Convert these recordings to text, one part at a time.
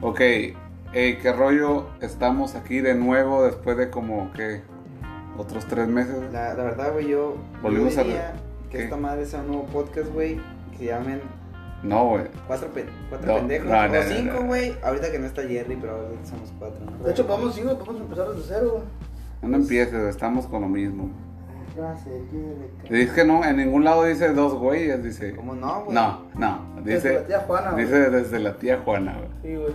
Ok, hey, qué rollo, estamos aquí de nuevo después de como que otros tres meses. güey. La, la verdad, güey, yo, yo Volvimos a diría que ¿qué? esta madre sea un nuevo podcast, güey, que se llamen No, güey. Cuatro, Pe- cuatro No, Pendejos, no, no, o no, cinco, no. güey, ahorita que no está Jerry, pero ahorita somos cuatro, ¿no? De hecho, podemos, sí, güey, podemos empezar desde cero, güey. No empieces, güey, estamos con lo mismo. Ya sé, que Y es que no, en ningún lado dice dos güeyes, dice. ¿Cómo no, güey? No, no, Desde dice. la tía Juana, güey. Dice desde la tía Juana, güey. Sí, güey.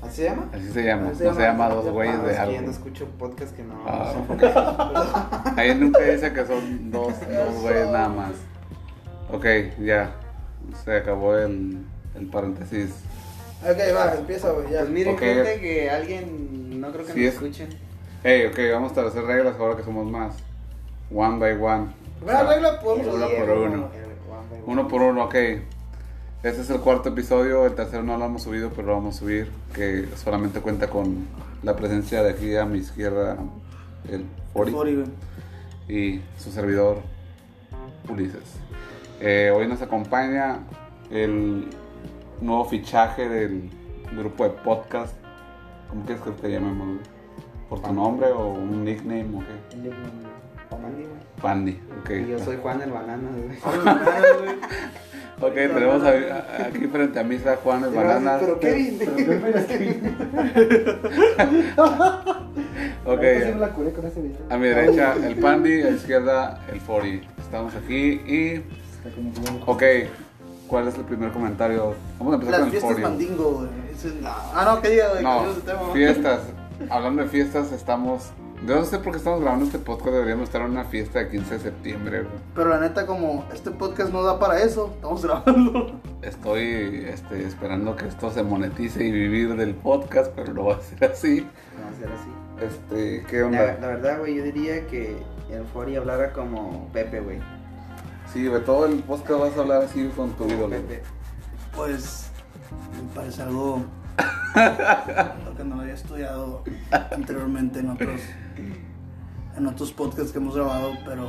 ¿Así se llama? Así se llama, Así se no se llama, llama así dos se güeyes Ah, de es que yo no algo. escucho podcast que no... Ah. son podcasts. Ahí nunca dice que son dos, dos güeyes nada más. Ok, ya. Se acabó el, el paréntesis. Ok, va, empieza, güey, ya. Pues miren, Ok. gente, que alguien, no creo que Sí nos es- escuchen. Hey, ok, vamos a hacer reglas ahora que somos más. One by one. Primera regla, podemos Uno hacer- Ah, por uno. Uno por uno, ok. Este es el cuarto episodio, el tercero no lo hemos subido, pero lo vamos a subir, que solamente cuenta con la presencia de aquí a mi izquierda, el Fori, Fori, güey. y su servidor, Ulises. Eh, hoy nos acompaña el nuevo fichaje del grupo de podcast. ¿Cómo quieres que te llamemos? güey? ¿Por tu nombre o un nickname o qué? Pandy, güey. Pandy, ok. Y yo soy Juan el Banana, güey. Ok, tenemos a- a- aquí frente a mí a Juan el Banana. Pero Kevin, Ok, Ah, a mi derecha el Pandy, a mi izquierda el Fori. Estamos aquí y. Ok, ¿cuál es el primer comentario? Vamos a empezar Las con el fiestas Fori. mandingo, güey. Esa es la- Ah, no, que diga, güey. No, cambiamos de tema, güey. fiestas. Hablando de fiestas, estamos. Yo no sé por qué estamos grabando este podcast, deberíamos estar en una fiesta de 15 de septiembre. güey. Pero la neta, como este podcast no da para eso, estamos grabando. Estoy este, esperando que esto se monetice y vivir del podcast, pero no va a ser así. No, hacer así. Este, ¿qué La, onda? la verdad, güey, yo diría que el Fori hablara como Pepe, güey. Sí, de todo el podcast vas a hablar así con tu ídolo. Pepe. Pues, me parece algo. lo que no había estudiado anteriormente en otros. en otros podcasts que hemos grabado, pero.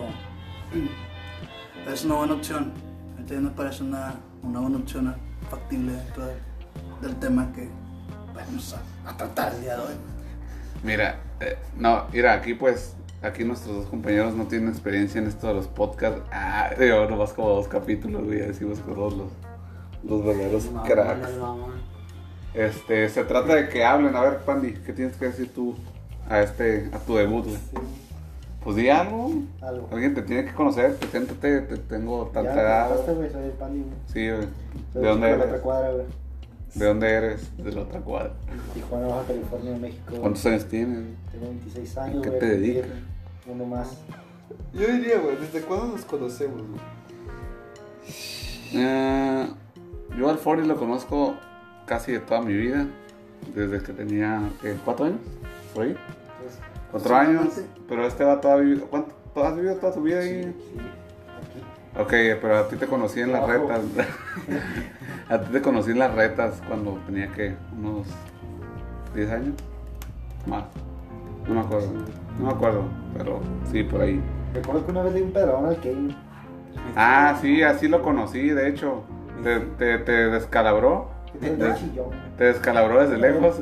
es una buena opción. Ahorita ya me parece una, una buena opción factible dentro de- del tema que vamos a, a tratar el día de hoy. Mira, eh, no, mira, aquí pues, aquí nuestros dos compañeros no tienen experiencia en esto de los podcasts. Ah, digo, nomás como dos capítulos, güey, ya decimos con todos los, los verdaderos cracks. Este, se trata de que hablen. A ver, Pandy, ¿qué tienes que decir tú a este, a tu debut, güey? Pues di algo. Algo. Alguien te tiene que conocer, preséntate, te tengo Ya me tanta edad. preguntaste, güey, soy el Pandy, güey. Sí, güey. Soy ¿De dónde de la otra eres? cuadra, güey. ¿De dónde eres? De la otra cuadra. Tijuana, Baja California, México. güey. ¿Cuántos años tienes? Tengo 26 años, qué güey, te voy a cumplir dedicas? Uno más. Yo diría, güey, ¿desde cuándo nos conocemos, güey? Eh, yo al Fori lo conozco casi de toda mi vida, desde que tenía ¿qué, cuatro años, por ahí. Entonces, Cuatro años, Aproximadamente. pero este va toda vida. ¿Cuánto? ¿Tú ¿Has vivido toda tu vida ahí? sí, aquí. Ok, pero a ti te conocí en las Abajo. retas. a ti te conocí en las retas cuando tenía que unos 10 años más. No me acuerdo, no me acuerdo, pero sí, por ahí. Recuerdo que una vez le di un pedrón al Kevin. Ah, sí, así lo conocí, de hecho. Te, te- te descalabró. Entonces, Des- chillón, güey. Te descalabró desde lejos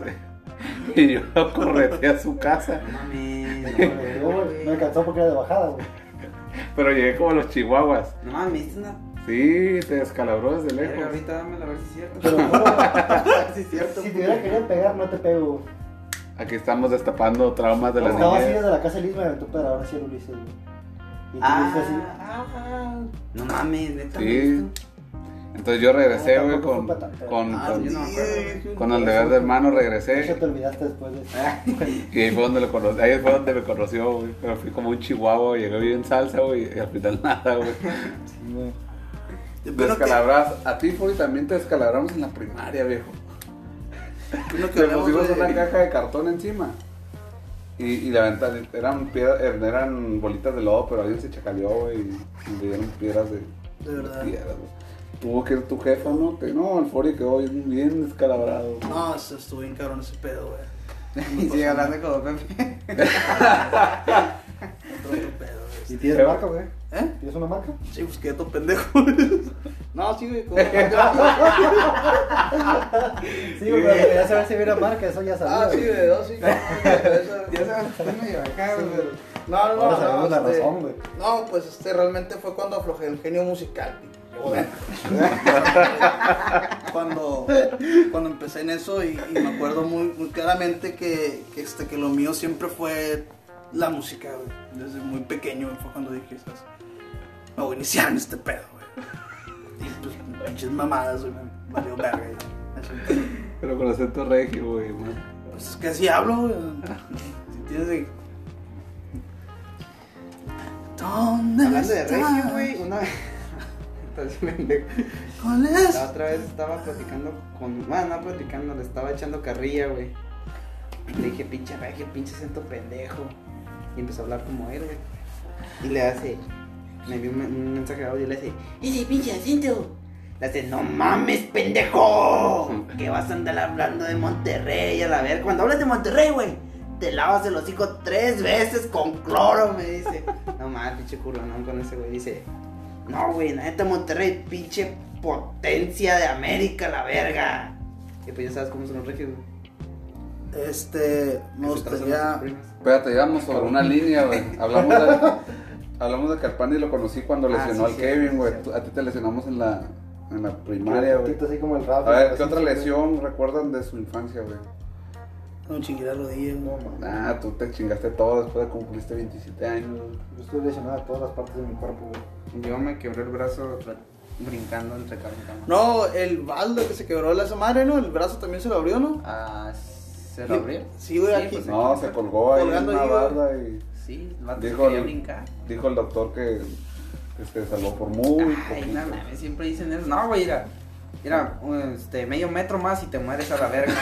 y yo lo correteé a su casa. No mames, Me pegó, güey. No alcanzó porque era de bajada, güey. Pero llegué como a los chihuahuas. No mames, me diste una Sí, te descalabró desde verga, lejos. ahorita dámela a ver si es cierto. Pero no, güey. si es si te hubiera querido pegar, no te pego, güey. Aquí estamos destapando traumas de la Estaba así niñez. desde la casa de Liz, me aventó un pedrón así el Ulises, güey. Y tú Ah, Ulises así. ah, ah. No mames, neta. Sí. me diste Entonces yo regresé, Ah, güey, tampoco con, fue pa' tanto. con, un- Ah, con- yo no me acuerdo. con el deber de hermano, regresé. Ya te olvidaste después de eso. Y ahí fue donde, lo conocí, ahí fue donde me conoció, güey. Pero fui como un chihuahua, llegué bien salsa, güey, y al final nada, güey. Sí, güey. Pues Yo opino que- Descalabras. A ti, Fori, también te descalabramos en la primaria, viejo. opino que Le hablemos pusimos de- una caja de cartón encima. Y, y la ventana, eran, piedra- eran bolitas de lodo, pero alguien se chacaleó, güey, y le dieron piedras de, De verdad. piedras, güey. Tuvo que ir tu jefa, ¿no? Te- no, el Fori quedó bien, bien descalabrado. güey. No, se estuvo bien cabrón ese pedo, güey. Y sigue hablando como Pepe. Otro, otro pedo, güey. ¿Y tienes Pero- marca, güey? ¿Eh? ¿Tienes una marca? Sí, pues qué todo pendejo. no, sí, güey. como- Sí, güey, pero quería saber si hubiera marca, eso ya sabía. Ah, sí, güey. güey. No, sí, güey. Ya sabes, estoy medio acá, Sí, güey. güey. No, no, Ahora no. sabemos la este, razón, güey. No, pues este realmente fue cuando aflojé el genio musical. Joder. cuando, cuando empecé en eso y, y me acuerdo muy, muy claramente que, que, este, que lo mío siempre fue la música, güey. Desde muy pequeño fue cuando dije, ¿sabes? Me voy a iniciar en este pedo, güey. Y pues, pinches mamadas, güey. Me valió verga. y me senté. Pero con acento regio, güey, man. Pues es que así hablo, güey. Si tienes de... ¿Dónde Hablando de estás? Regio, güey, una vez. Estás pendejo. ¿Cuál es? La otra vez estaba platicando con. Bueno, no platicando, le estaba echando carrilla, güey. Le dije, pinche regio, pinche acento pendejo. Y empezó a hablar como él, güey. Y le hace. Me envió un, men- un mensaje de audio y le hace, ese pinche acento. Le hace, no mames, pendejo. Que vas a andar hablando de Monterrey a la ver. Cuando hablas de Monterrey, güey, te lavas el hocico tres veces con cloro, me dice. No mames, pinche culonón con ese güey. Dice, no, güey, la neta Monterrey, pinche potencia de América, la verga. Y pues ya sabes cómo son los regios, güey. Este, me Que se trazan a gustaría. sus primas. Espérate, íbamos sobre una línea, güey. Hablamos de, hablamos de que al Pandy lo conocí cuando Ah, lesionó sí, al sí, sí, Kevin, güey. sí. Tú- A ti te lesionamos en la, en la primaria, güey. Así como el Rafa, A ver, así, ¿qué otra sí, güey. lesión recuerdan de su infancia, güey? No chingué la rodilla, No, güey. man. Ah, tú te chingaste todo después de cumpliste 27 años. güey. Yo estoy lesionado de todas las partes de mi cuerpo, güey. Yo me quebré el brazo tra- brincando entre cama y cama. No, el baldo que se quebró la esa madre, ¿no? El brazo también se lo abrió, ¿no? Ah, ¿se lo abrió? Sí, güey, aquí. pues, No, se colgó ahí en Colgando una ahí, güey. barda y Sí, el vato se Dijo quería el- brincar. dijo el doctor que, que se salvó por muy Ay, poquito. no mames, siempre dicen eso. No, güey, mira. Mira, este, medio metro más y te mueres a la verga.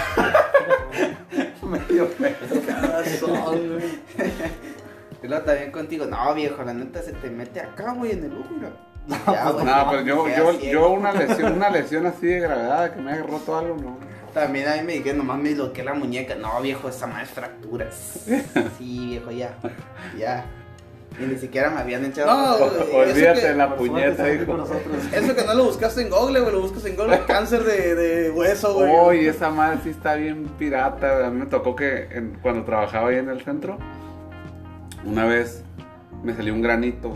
Medio metro. Corazón, güey. Y luego también contigo, no, viejo, la neta se te mete acá, güey, en el ojo, mira. Ya, güey, No, pero yo, queda yo, ciego. yo una lesión, una lesión así de gravedad que me haya roto algo, no. También a mí me dijeron, nomás me bloqueé la muñeca. No, viejo, esa madre es fractura. Sí, viejo, ya. Ya. Y ni siquiera me habían No, echado. güey, eso Olvídate que- de la Por suerte, puñeta, se metió hijo. con nosotros. Eso que no lo buscaste en Google, güey, lo buscas en Google. Cáncer de, de hueso, güey. Uy, esa madre sí está bien pirata. güey. A mí me tocó que en- cuando trabajaba ahí en el centro, una vez me salió un granito.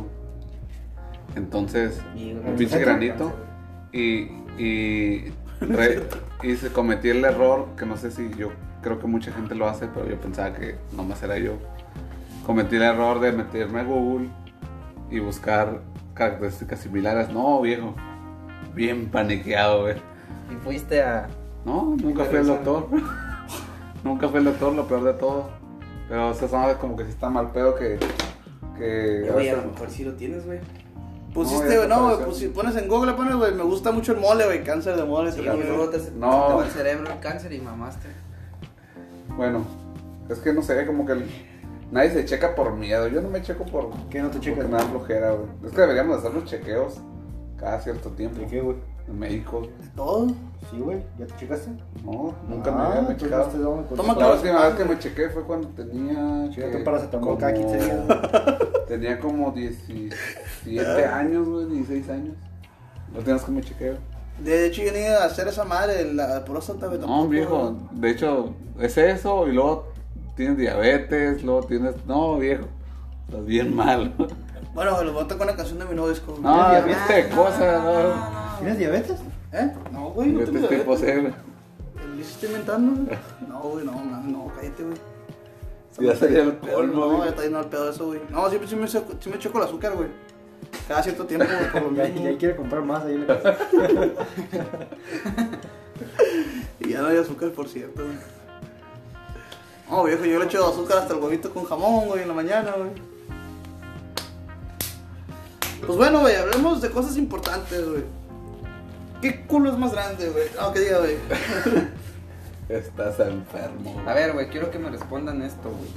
Entonces, Y un pinche granito. Y, y, re- y se cometí el error, que no sé si yo creo que mucha gente lo hace, pero yo pensaba que nomás era yo. Cometí el error de meterme a Google y buscar características similares. No, viejo. Bien paniqueado, güey. Y fuiste a. No, nunca fui el doctor. nunca fui el doctor, lo peor de todo. Pero eso sabes como que si está mal pedo que. que Oye, a lo mejor sí lo tienes, güey. No, ya Pusiste, güey, no, güey, desapareció. pusi- pones en Google, pones, güey, me gusta mucho el mole, güey, cáncer de mole. Sí, te a lo pone, mejor güey. te, se te No. va el cerebro el cáncer y mamaste. Bueno, es que no sé, como que el- nadie se checa por miedo. Yo no me checo por. ¿Qué no te porque checas? me da flojera, güey. Es que deberíamos hacer los chequeos cada cierto tiempo. ¿De qué, güey? En México. Todo. Sí, güey, ¿ya te checaste? No, nunca Ah, me había entonces no checado. estás dando con- Toma La última vez que me chequé fue cuando tenía. Chígate que- un paracetamol cada como- 15 días. güey. Tenía como 17 años, güey, 16 años. No tenías que me chequeo. De hecho, yo ni iba a hacer esa madre, la próstata, güey. No, tampoco, viejo, güey. de hecho, es eso, y luego tienes diabetes, luego tienes. No, viejo, estás bien mal. Bueno, güey, los voy a tocar una canción de mi nuevo disco. güey. No, ¿Tienes viste de cosas, no. ¿Tienes diabetes? Ah, ¿Eh? No, güey, no Este tengo es tipo diabetes. cero. ¿El Luis está inventando? güey? No, güey, no, no, no, cállate, güey. Ya sería el Este No, este colmo, ya güey. está yendo al pedo eso, güey. No, siempre sí me, seco- sí me choco el azúcar, güey. Cada cierto tiempo, güey, por lo Ya, mismo. ya quiere comprar más ahí en la casa. Y ya no hay azúcar, por cierto, güey. No, viejo, yo le echo azúcar hasta el huevito con jamón, güey, en la mañana, güey. Pues bueno, güey, hablemos de cosas importantes, güey. ¿Qué culo es más grande, güey? No, que diga, güey. Estás enfermo. A ver, güey, quiero que me respondan esto, güey.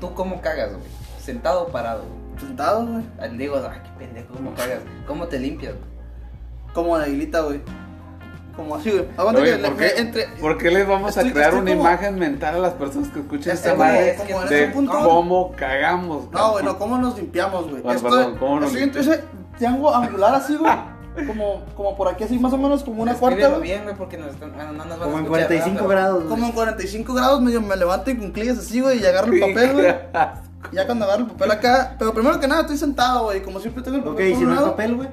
¿Tú cómo cagas, güey? ¿Sentado o parado, güey? Sentado, güey. Ah, Digo, ay, qué pendejo, ¿cómo cagas? ¿Cómo te limpias? güey? Como la aguilita, güey. como así, güey. Aguanta Oye, que ¿por, le- qué, entre. por qué les vamos a Estoy- crear estoy una como- imagen mental a las personas que escuchan Este esta güey, madre es como en de ese punto. cómo cagamos? No, cabrón? güey, no, ¿cómo nos limpiamos, güey? Bueno, Esto- perdón, ¿cómo nos así, limpiamos? entonces, triángulo angular así, güey. Como, como por aquí, así, más o menos como una cuarta, Escríbelo güey. bien, güey, porque nos están, bueno, no nos van Como a en escuchar, 45 ¿verdad? grados, güey. Como en 45 grados, medio me levanto y cunclillas así, güey, y agarro el papel, güey. Ya cuando agarro el papel acá, pero primero que nada estoy sentado, güey, como siempre tengo el papel. Ok, ¿y por si un no hay lado. papel, güey.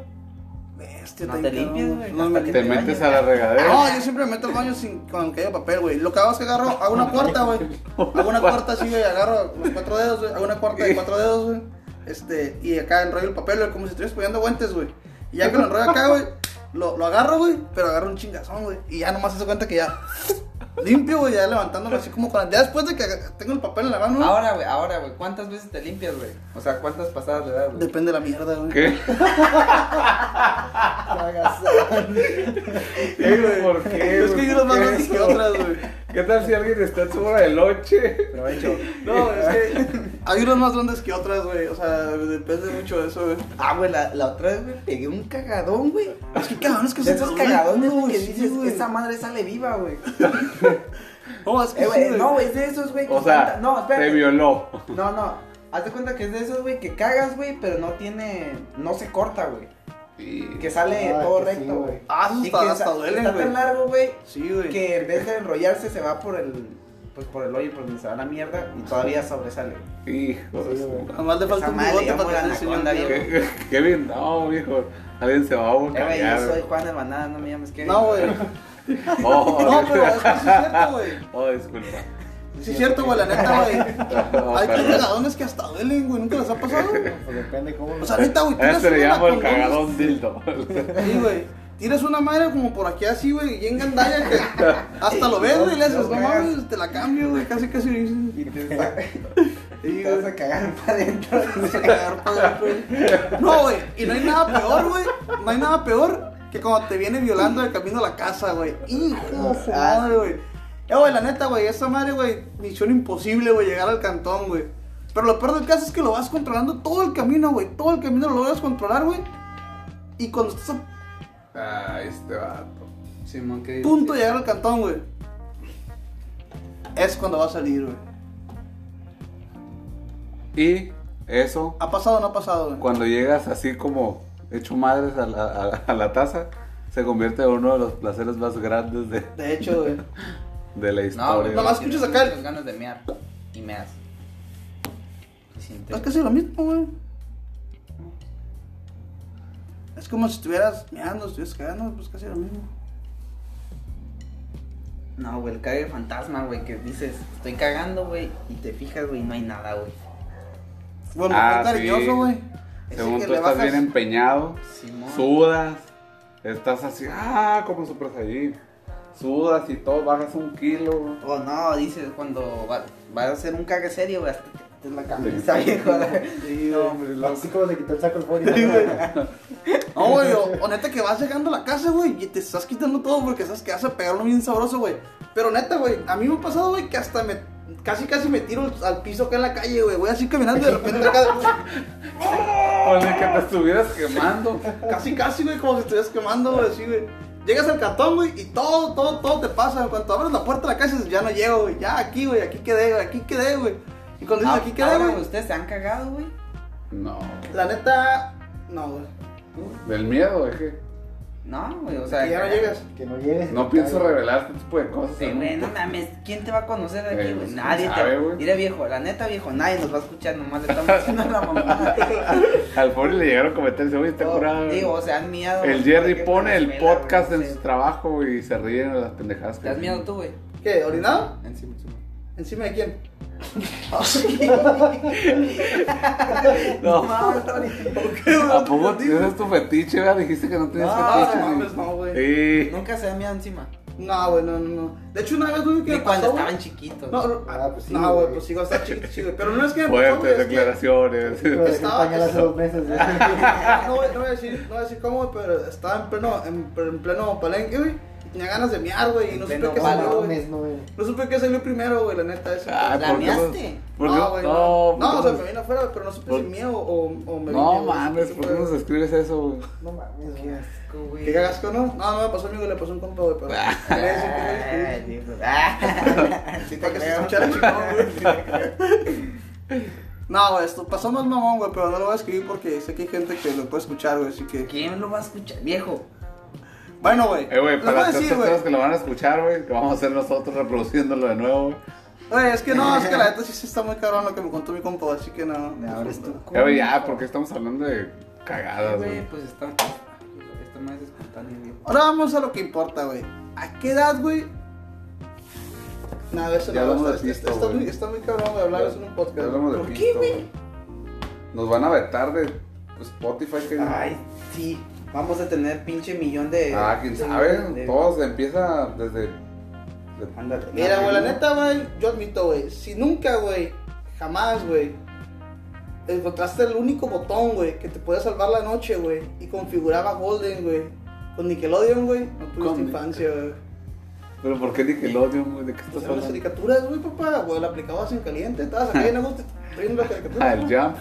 Bestia, No está te bien cabrón, limpias, güey, No hasta me que Te limpio. metes a la regadera. No, yo siempre me meto al baño sin cuando que haya papel, güey. Lo que hago es que agarro, hago una cuarta, güey. Hago una cuarta así, güey, agarro los cuatro dedos, güey. Hago una cuarta de cuatro dedos, güey. Este, y acá enrollo el papel, güey, como si estuvieras poniendo guantes, güey. Y ya que lo enrollo acá, güey, lo, lo agarro, güey, pero agarro un chingazón, güey. Y ya nomás se hace cuenta que ya limpio, güey, ya levantándolo así como con la... Ya después de que tengo el papel en la mano, güey, Ahora, güey, ahora, güey, ¿cuántas veces te limpias, güey? O sea, ¿cuántas pasadas le das, güey? depende de la mierda, güey. ¿Qué? ¿Por qué? Es que güey? hay unas más ¿Qué? grandes que otras, güey. ¿Qué tal si alguien está en su hora de noche? Provecho. No, es que hay unas más grandes que otras, güey. O sea, depende mucho de eso, güey. Ah, güey, la, la otra vez, güey, pegué un cagadón, güey. Es que cabrones que De esos cagadones, güey, que sí, dices, güey. esa madre sale viva, güey. No, es que Eh, sí, güey, güey. no, güey, es de esos, güey. que O sea, cuenta- no, te espérate. violó. No, no. Haz de cuenta que es de esos, güey, que cagas, güey, pero no tiene. No se corta, güey. Que sale Ah, todo que sí, recto, güey. güey. Ah, eso Y hasta- que hasta sa- duelen, Está güey. tan largo, güey, Sí, güey. que en vez de enrollarse se va por el. Pues por el hoyo, por donde se va la mierda. Y todavía sobresale. Hijo de su madre. Nomás le falta Esa un madre, bigote ya para murió que la el señor anaconda, Diego. güey. Qué, qué bien, no, viejo. Alguien se va a Eh, güey, bocanear. yo soy Juan el Banana, no me llames Kevin. No, güey. Oh, No, pero es que sí es cierto, güey. oh, disculpa. Sí es cierto, güey, la neta, güey. Oh, Hay perdón. cagadones que hasta duelen, güey. ¿Nunca les ha pasado? Pues depende cómo. O sea, neta, Ah, güey. A tiras este le una llamo el con ganas- cagadón dildo. Sí, güey. Tiras una madre como por aquí así, güey, y en gandalla que hasta lo ves, güey, y le haces, no mames, te la cambio, güey, casi casi. Y te sa- Sí, y te vas güey. a cagar para adentro. Vamos a cagar para adentro, güey. No, güey, y no hay nada peor, güey. No hay nada peor que cuando te viene violando de camino a la casa, güey. Hijo de su madre, güey. Eh, güey, la neta, güey, esa madre, güey, misión imposible, güey, llegar al cantón, güey. Pero lo peor del caso es que lo vas controlando todo el camino, güey. Todo el camino lo logras controlar, güey. Y cuando estás a Ay, este vato. Simón, que punto de llegar al cantón, güey, es cuando va a salir, güey. Y eso, ¿Ha pasado o no ha pasado, güey? cuando llegas así como hecho madres a la, a, a la taza, se convierte en uno de los placeres más grandes de, De hecho, güey. de la No, historia. güey. Nomás sí, escuchas sí, acá el- Las ganas de mear. Y meas. Y sientes- Es casi lo mismo, güey. Es como si estuvieras mirando, estuvieras cagando, pues casi lo mismo. No, güey, el cague fantasma, güey, que dices, estoy cagando, güey, y te fijas, güey, no hay nada, güey. Bueno, Ah, qué sí. cariñoso, güey. Ese Según que tú le estás bajas- bien empeñado, Simón. sudas, estás así, ah, como super allí. Sudas y todo, bajas un kilo. O no, dices, cuando va- vas a hacer un cague serio, güey, hasta te quitas la camisa, viejo. Sí, hombre, Así como le quitó el saco el fórico. No, güey, o, o neta que vas llegando a la casa, güey, y te estás quitando todo porque sabes que vas a pegarlo bien sabroso, güey. Pero neta, güey, a mí me ha pasado, güey, que hasta me... Casi, casi me tiro al piso acá en la calle, güey. Voy así caminando y de repente acá... Con el que te estuvieras quemando. Casi, casi, güey, como si estuvieras quemando, güey, así, güey. Llegas al cantón, güey, y todo, todo, todo te pasa. En cuanto abres la puerta de la casa, dices, ya no llego, güey. Ya aquí, güey, aquí quedé, güey, aquí quedé, güey. Y cuando dices, Ah, aquí quedé, ahora, güey, güey, ustedes se han cagado, güey. No, la neta, no, güey. del miedo, es que No, güey, o sea. Que ya no cagar. llegas. Que no llegues. no pienso revelar este tipo de cosas. Sí, en un güey, no po- mames, ¿quién te va a conocer de Eh, aquí, güey? pues, Nadie ¿quién te sabe, güey? Mira, viejo, la neta, viejo, nadie nos va a escuchar, nomás le estamos haciendo la mamada. Al pobre le llegaron a cometer, oye, Oh, está curado. Digo, o sea, han miado. El güey, Jerry porque pone te el desvela, güey, podcast no en sé. su trabajo y se ríen de las pendejadas. ¿Te has miado tú, güey? ¿Qué? ¿Orinado? Encima, encima. ¿Encima de quién? No, ¿a poco tío? ese es tu fetiche? ¿verdad? Dijiste que no tenías No, no fetiche. mames, no, güey. Sí. Nunca se han miado encima. No, güey, no, no, no. De hecho, una vez, güey, que Ni me cuando pasó, güey. estaban chiquitos. No, no, Ah, pues sí, no, güey, güey. pues sí, cuando estaba chiquito, sí, güey. Pero no es que me pasó, güey, Fuertes es que... declaraciones. Lo dejé en Estaba- pañal hace dos meses. güey. Ah, no, voy- no voy a decir, no voy a decir cómo, güey, pero estaba en pleno, en, en pleno palenque, güey. tenía ganas de miar, güey, y no supe pleno qué palo, salió, güey. mames, no, güey. No supe qué salió primero, güey, la neta, eso. Ah, ¿La ¿por qué no- measte? por qué no, güey, no, no, no, o sea, ¿por me qué vine afuera, pero no supe Por- si mía o, o, o me vine. no, güey, mames, eso ¿por qué fue- nos escribes eso, güey? No mames, Qué güey. asco, güey. Qué cagasco, ¿no? No, no me pasó a mí, güey, le pasó a un compa, güey, pero... Ah. Eh, Ay, dijo, ah, sí Para te que creo. se escuchara chingón, güey. No, güey, esto pasó más mamón, güey, pero no lo voy a escribir porque sé que hay gente que lo puede escuchar, güey, así que... ¿Quién lo va a escuchar? Viejo. Bueno, güey, Eh, güey, les para voy a las decir, güey. personas que lo van a escuchar, güey, que vamos a hacer nosotros reproduciéndolo de nuevo, güey. Güey, es que no, es que la neta sí, sí está muy cabrón lo que me contó mi compa, así que no. Ahora es tu Eh, güey, ya, porque estamos hablando de cagadas, Ah, güey. Güey, pues está. Está más espontáneo, viejo. Ahora vamos a lo que importa, güey. ¿A qué edad, güey? No, eso Ya no, hablamos está, de está, pisto, está güey. muy, está muy cabrón de hablar Ya- eso en un ya podcast. hablamos de ¿Por qué, pisto, güey? Nos van a vetar de Spotify, que Ay, sí. Vamos a tener pinche millón de. Ah, quién de- sabe, de- todos empieza desde... de- Ándale. Mira, güey, la neta, güey, yo admito, güey, si nunca, güey, jamás, güey, encontraste el único botón, güey, que te podía salvar la noche, güey, y configuraba Golden, güey, con Nickelodeon, güey, no tuviste Con infancia, güey. Pero ¿por qué Nickelodeon, güey? ¿De qué estás Pues eran las hablando? caricaturas, güey, papá, güey, la aplicabas en caliente, estabas acá en agosto, viendo las Ah, caricaturas. el güey. Jump,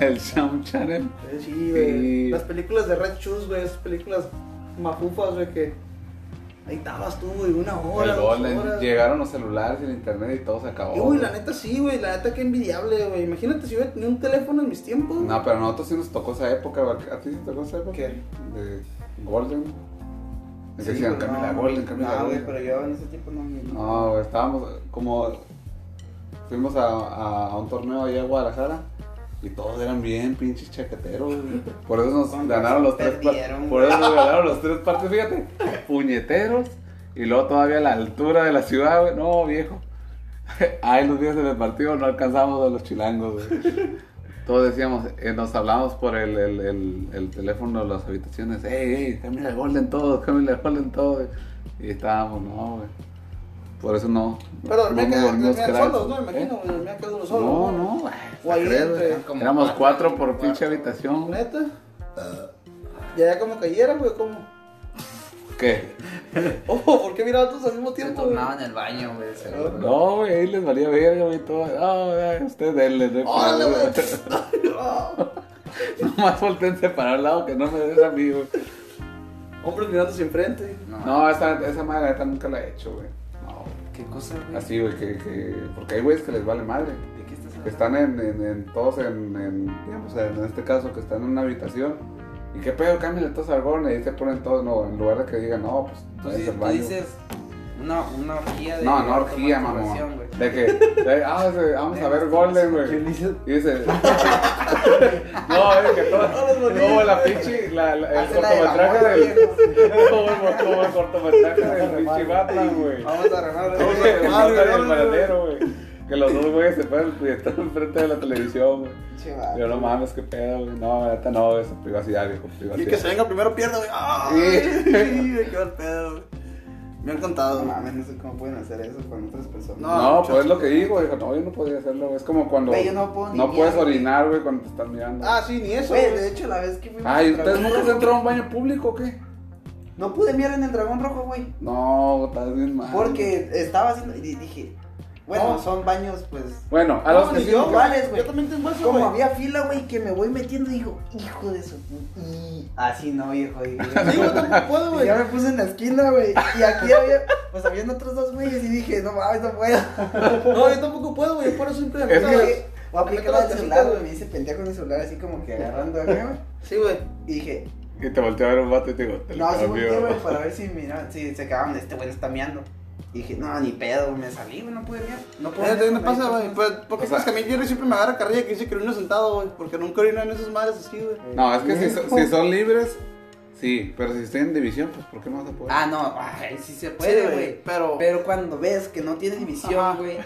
el Jump Channel. Eh, Sí, güey, Sí. las películas de Red Shoes, güey, esas películas mafufas, güey, que ahí estabas tú, güey, una hora, el dos Golden. horas. Llegaron los celulares y el internet y todo se acabó. Y, Uy, la güey. neta sí, güey, la neta que envidiable, güey. Imagínate si hubiera tenido un teléfono en mis tiempos. güey. No, pero a nosotros sí nos tocó esa época, güey. ¿a ti sí te tocó esa época? ¿Qué? De Golden. Es que Sí, decían pero Camila no, Golden, Camila No, güey, Golden. pero yo en ese tiempo no. no. No, güey, estábamos como. Fuimos a, a- a un torneo allá a Guadalajara y todos eran bien pinches chaqueteros, güey. Por eso nos Con ganaron razón los tres perdieron, partidos. Por eso nos ganaron los tres partidos, fíjate. Puñeteros y luego todavía la altura de la ciudad, güey. No, viejo. Ahí los días del partido no alcanzamos a los chilangos, güey. Todos decíamos, eh, nos hablábamos por el, el, el, el teléfono de las habitaciones. ¡Ey, ey! Camila Golden todos, Camila Golden todos. Y estábamos, no, güey. Por eso no. Pero no dormía acá, dormían crack. solos, ¿no? Me ¿Eh? imagino, güey, dormía cada uno solo. No, güey. no, güey. O ahí Crees, entre- güey. como Éramos cuatro, cuatro por cuatro. pinche habitación. güey. Neta. Y allá como cayera, güey, como. ¿Qué? Oh, ¿por qué miraban todos al mismo Se pues, tiempo, güey? tornaban en el baño, güey, seguro. No, güey, ahí les valía verga, güey, todo. Ah, güey, ustedes denle, no hay Órale, problema. güey. Ah, Nomás voltense para el lado que no me des a mí, güey. Hombres mirándose enfrente. No, esa, esa madre la neta nunca la he hecho, güey. No, ¿Qué cosa, güey? Así, güey, que, que. Porque hay güeyes que les vale madre. ¿De qué estás Que hablando? están en, en, en- todos en, en, digamos, en este caso, que están en una habitación. ¿Y qué pedo? Cámbiale todos al gorro y ahí se ponen todos, no, en lugar de que digan, no, pues, Tú, váyanse sí- al tú baño. dices una, una orgía de. No, no orgía, masturbación, mamón. güey. De que, de- ah, de- vamos a ver Golden, güey. Ulises, Y dice, no, es que todo, como la pinche, la, la- el Hacen la del cortometraje amor, del, como el, como el cortometraje del pinche Batman, güey. Vamos a arreglar Oye, güey. el Batman madre, y el no, panadero, Ah, güey. Que los dos güeyes se fueron y están enfrente de la televisión, güey. Che, va. Pero no mames, qué pedo, güey. No, neta, no, es privacidad, viejo, Y que se privacidad. venga primero pierde, güey. Ah, Sí. sí, güey, qué mal pedo, güey. Me han No contado, güey. mames, no sé cómo pueden hacer eso con otras personas. No, No, mucho. pues es lo que digo, dijo, no, yo no podría hacerlo, güey. Es como cuando Güey, yo no puedo ni no mirar, puedes güey. orinar, güey, cuando te están mirando. Ah, sí, ni eso, Güey, güey. de hecho, la vez que fuimos. Ay, al ¿ustedes dragón nunca se rojo- han entrado a un baño público o qué? No pude mirar en el dragón rojo, güey. No, estás bien mal. Porque estaba haciendo. Y dije, bueno, No. son baños, pues. Bueno, a No, los que ni sí. yo, güey. iguales, güey. Yo también tengo eso, Como güey. había fila, güey, que me voy metiendo, digo, hijo de su. pu- Y así no, viejo. Y, Sí, yo tampoco puedo, y güey. ya me puse en la esquina, güey. Y aquí había, pues habían otros dos güeyes y dije, no mames, no puedo. No, yo tampoco puedo, güey. Por eso siempre me Es gusta, que- güey. O apliqué Métela la al del celular, celular, güey. Me hice pendejo con el celular, así como que agarrando acá, güey. Sí, güey. Y dije, Y te volteó a ver un vato y te digo, te lo no, sí, volteé, cambio. güey, para ver si, mira, si se acababan de este güey, está meando. Y dije, no, ni pedo, güey, me salí, güey, no pude mirar. No pude Eh, mirar, ¿Qué me no pasa, hay güey? persona. Pues, ¿Por qué O sea- crees que a mí Jerry siempre me agarra carrilla que dice que orino sentado, güey? Porque nunca orino en esas madres así, güey. No, es que si, son- si son libres, sí, pero si están en división, pues ¿por qué no vas a poder? Ah, no, ay, sí se puede, Sí, güey. pero- Pero cuando ves que no tiene Ajá. división, güey.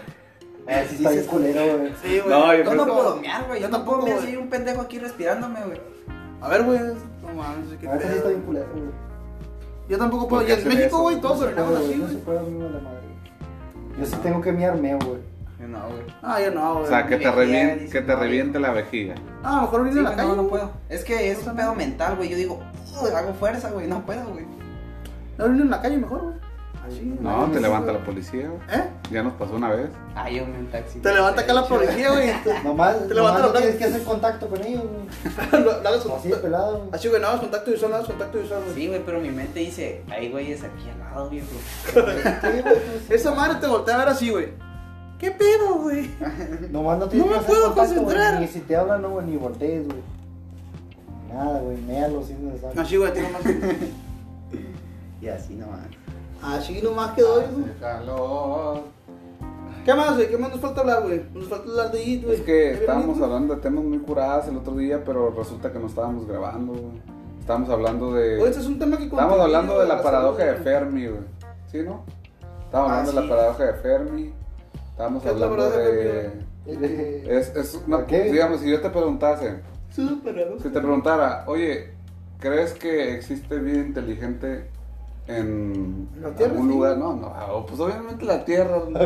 Así está bien dices, culero, güey. Sí, güey. No, yo Yo no Pero- puedo mear, güey. Yo Yo no puedo tampoco, mear si güey. hay un pendejo aquí respirándome, güey. A ver, güey. No mames, qué A veces sí está bien pedo. culero, güey. Yo tampoco puedo. ¿Por Y qué en hacen México, eso? güey, todos orinamos No, así, güey, No se güey. puede dormir a la madre. Yo sí tengo que miarme, güey. Yo no, güey. Ah, yo no, güey. o sea, que te, mi vejiga revien- que te dice, reviente la vejiga. Ah, mejor orino Sí, en la güey, calle. no, no puedo. Es que es un pedo mental, güey. Yo digo, "Uy, hago fuerza, güey. No puedo, güey. Orino en la calle mejor, güey. Sí, No, te levanta la policía, güey. ¿Eh? Ya nos pasó una vez. Ah, yo me un taxi. Te levanta acá la policía, güey. Nomás, Te nomás levantan no la tienes que hacer contacto con ellos, güey. No, no hagas Así de contacto. pelado, güey. Así, güey, no hagas contacto visual, no hagas contacto visual, güey. Sí, güey, pero mi mente dice, ay, güey, es aquí al lado, viejo. Sí, güey, pues, Esa madre te voltea a ver así, güey. ¿Qué pedo, güey? Nomás no tienes No que me hacer puedo contacto, concentrar. güey. Ni si te hablan, no, güey, ni voltees, güey. Nada, güey, méalo si no Ah, sabes. Así, güey, tengo más. Y así nomás. Así Ah, nomás quedó, güey. Hace calor. ¿Qué más, güey? ¿Qué más nos falta hablar, güey? Nos falta hablar de IT, güey. Es que ¿Qué estábamos mismo? hablando de temas muy curadas el otro día, pero resulta que no estábamos grabando, güey. Estábamos hablando Oye, este de. es un tema que Estábamos hablando de la paradoja de Fer. Fermi, güey. ¿Sí, no? Estábamos Ah, hablando de sí. la paradoja de Fermi. Estábamos ¿Qué es la hablando paradoja de de. Fermi, Es, es una- pues, ¿Por qué? Digamos, si yo te preguntase, Es una paradoja. si te preguntara, oye, ¿crees que existe vida inteligente en La Tierra, algún sí. lugar? No, no, ah, pues obviamente la Tierra. no.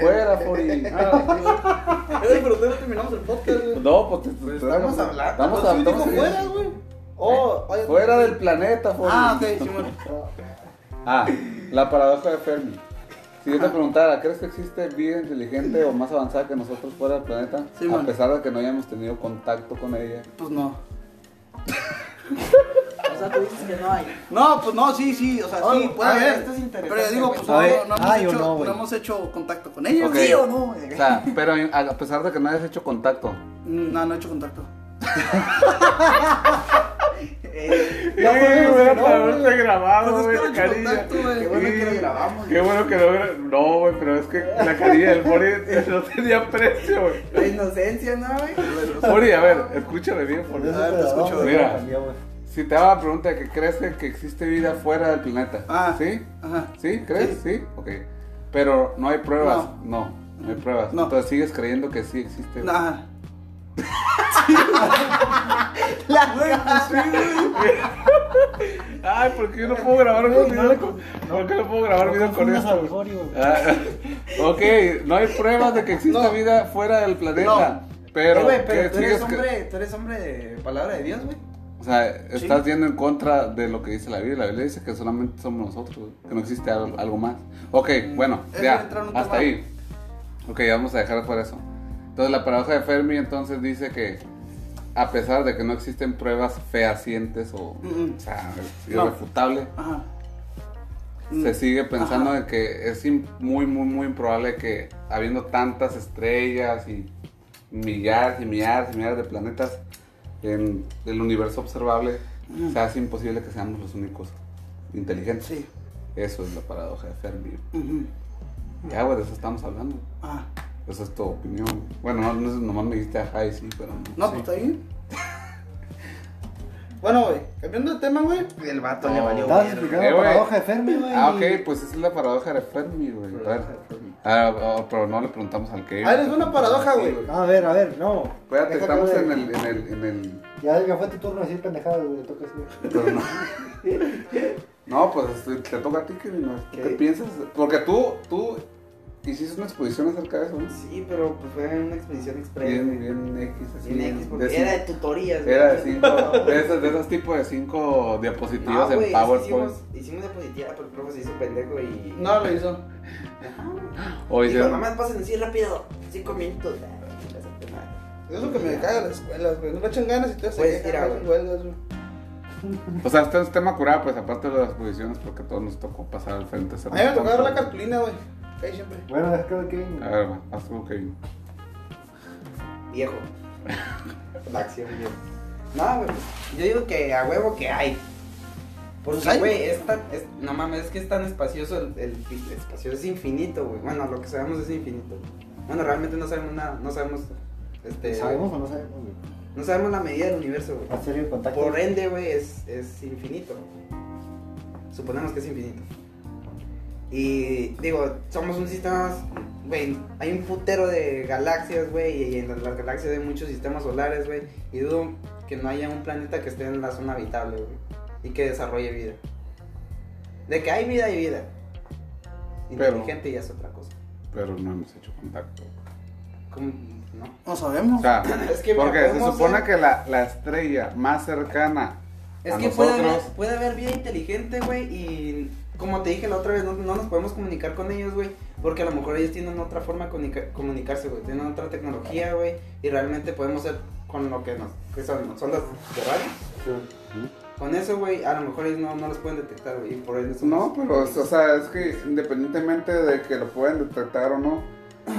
Fuera, Fori. Eh, güey, pero todavía no terminamos el podcast, güey. No, pues, te- te- estamos hablando, Estamos, No, estamos- Eh, sí, dijo pues, fuera, güey. Oh, vaya- fuera del planeta, Fori. Ah, ok, Simón. Ah, la paradoja de Fermi. Si yo te preguntara, ¿crees que existe vida inteligente o más avanzada que nosotros fuera del planeta? Sí, a man. pesar de que no hayamos tenido contacto con ella. Pues no. O sea, tú dices que no hay. No, pues no, sí, sí, o sea, Oh, sí, puede a ver, haber. esto es interesante, pero yo digo, güey. pues A no, ver, no, hemos ay, o hecho, no, güey. no hemos hecho contacto con ellos. Ok. ¿Sí o no? O sea, pero a pesar de que no hayas hecho contacto. Mm, No, no he hecho contacto. Eh, Ya podemos grabar, haberte grabado, Pues es que güey, no he hecho carilla. contacto, güey. Qué bueno que lo Sí, grabamos, Qué bueno que lo grabamos. No, güey, pero es que la carilla del Fori no tenía precio, güey. La inocencia, ¿no, güey? Eh, Fori, a ver, escúchame bien, Por Fori. eso A ver, te pelado, escucho, güey, mira. cambió, güey. Si te hago la pregunta de que crees que- que existe vida fuera del planeta. Ah. ¿Sí? Ajá. ¿Sí? ¿Crees? Sí. Ok. Pero no hay pruebas. No. No, hay pruebas. No. Entonces sigues creyendo que sí existe. güey? Ajá. Ay, ¿por qué yo no puedo grabar un No le video? con- ¿Por qué no puedo grabar video con confundas esto? al Fori, güey. Ah, ok, no hay pruebas de que exista No. vida fuera del planeta. Pero, Eh, güey, pero ¿qué tú eres, sigues cre- hombre, tú eres hombre de palabra de Dios, güey. O sea, estás yendo en contra de lo que dice la Biblia. La Biblia dice que solamente somos nosotros, güey, que no existe al- algo, más. Ok, bueno, eso ya, entra Mm, en un hasta tema. ahí. Ok, ya vamos a dejar fuera eso. Entonces, la paradoja de Fermi entonces dice que a pesar de que no existen pruebas fehacientes o, Mm, mm. o sea, No. irrefutable, Ajá. Mm. se sigue pensando en que es im- muy, muy, muy improbable que habiendo tantas estrellas y millares y millares y millares de planetas en el universo observable, se hace imposible que seamos los únicos inteligentes. Sí. Eso es la paradoja de Fermi. Ujú. Ya, güey, de eso estamos hablando. Ajá. Esa es tu opinión. Bueno, no, no, nomás me dijiste ajá y sí, pero no. No, pues está bien. bueno, güey, cambiando de tema, güey. Y el vato le valió Estabas verga. explicando Eh, la güey. paradoja de Fermi, güey. Ah, ok, pues esa es la paradoja de Fermi, güey. A ver. Ah, ah, pero no le preguntamos al que. Ahí les va Ah, una paradoja, güey. A ver, a ver, no. Espérate, Deja estamos acabar en el, de- en el, en el Ya, ya fue tu turno de decir pendejadas, güey. Toca así. Pero no. No, pues este, te toca a ti, que no. ¿Tú ¿Qué piensas? Porque tú, tú hiciste una exposición acerca de eso, ¿no? Sí, pero pues fue una expedición express, Bien, güey. bien X, así. Bien X, porque de era de cinco- tutorías, güey. era de cinco, de esas, de esas tipo de cinco No, diapositivas güey, en es que PowerPoint. hicimos, hicimos diapositiva, pero el profe se hizo pendejo y... No lo hizo. O Dijo, hicieron- nomás pasen así rápido, cinco minutos. Ah, chingas a tu madre. Es lo que me caga las escuelas, güey. No le echan ganas y te hacen Pues, quejar, mira, hacen güey. huelgas, güey. o sea, este es tema curado, pues aparte de las exposiciones, porque a todos nos tocó pasar al frente. A mí me tocaba ver la cartulina, güey. Ahí siempre. Bueno, es que lo que viene. A ver, va, haz tú, Kevin. Viejo. Laxio, viejo. No, güey, pues, yo digo que a huevo que hay. Pues Porque, hay. güey, es tan... es- no mames, es que es tan espacioso, el, el- el espacio es infinito, güey. Bueno, lo que sabemos es infinito. Bueno, realmente no sabemos nada, no sabemos... eh. Este, ¿Sabemos o no sabemos, güey? No sabemos la medida del universo, güey. ¿Hacer el contacto? Por ende, güey, es, es infinito. Suponemos que es infinito. Y digo, somos un sistema, güey, hay un putero de galaxias, güey, y en las, las galaxias hay muchos sistemas solares, güey. Y dudo que no haya un planeta que esté en la zona habitable, güey, y que desarrolle vida. De que hay vida, hay vida. Pero- Inteligente ya es otra cosa. Pero no hemos hecho contacto. Como- No. No O sabemos. sea, Es que, mira, porque se podemos supone ser- que la, la estrella más cercana Es a que puede nosotros. haber, puede haber vida inteligente, güey, y como te dije la otra vez, no, no nos podemos comunicar con ellos, güey. Porque a lo mejor ellos tienen otra forma de comunica- comunicarse, güey. Tienen otra tecnología, güey. Y realmente podemos ser con lo que nos. Que son, son las de radio. Con eso, güey, a lo mejor ellos no, no los pueden detectar, güey. Y por eso No, pero es- o sea, es que independientemente de que lo puedan detectar o no,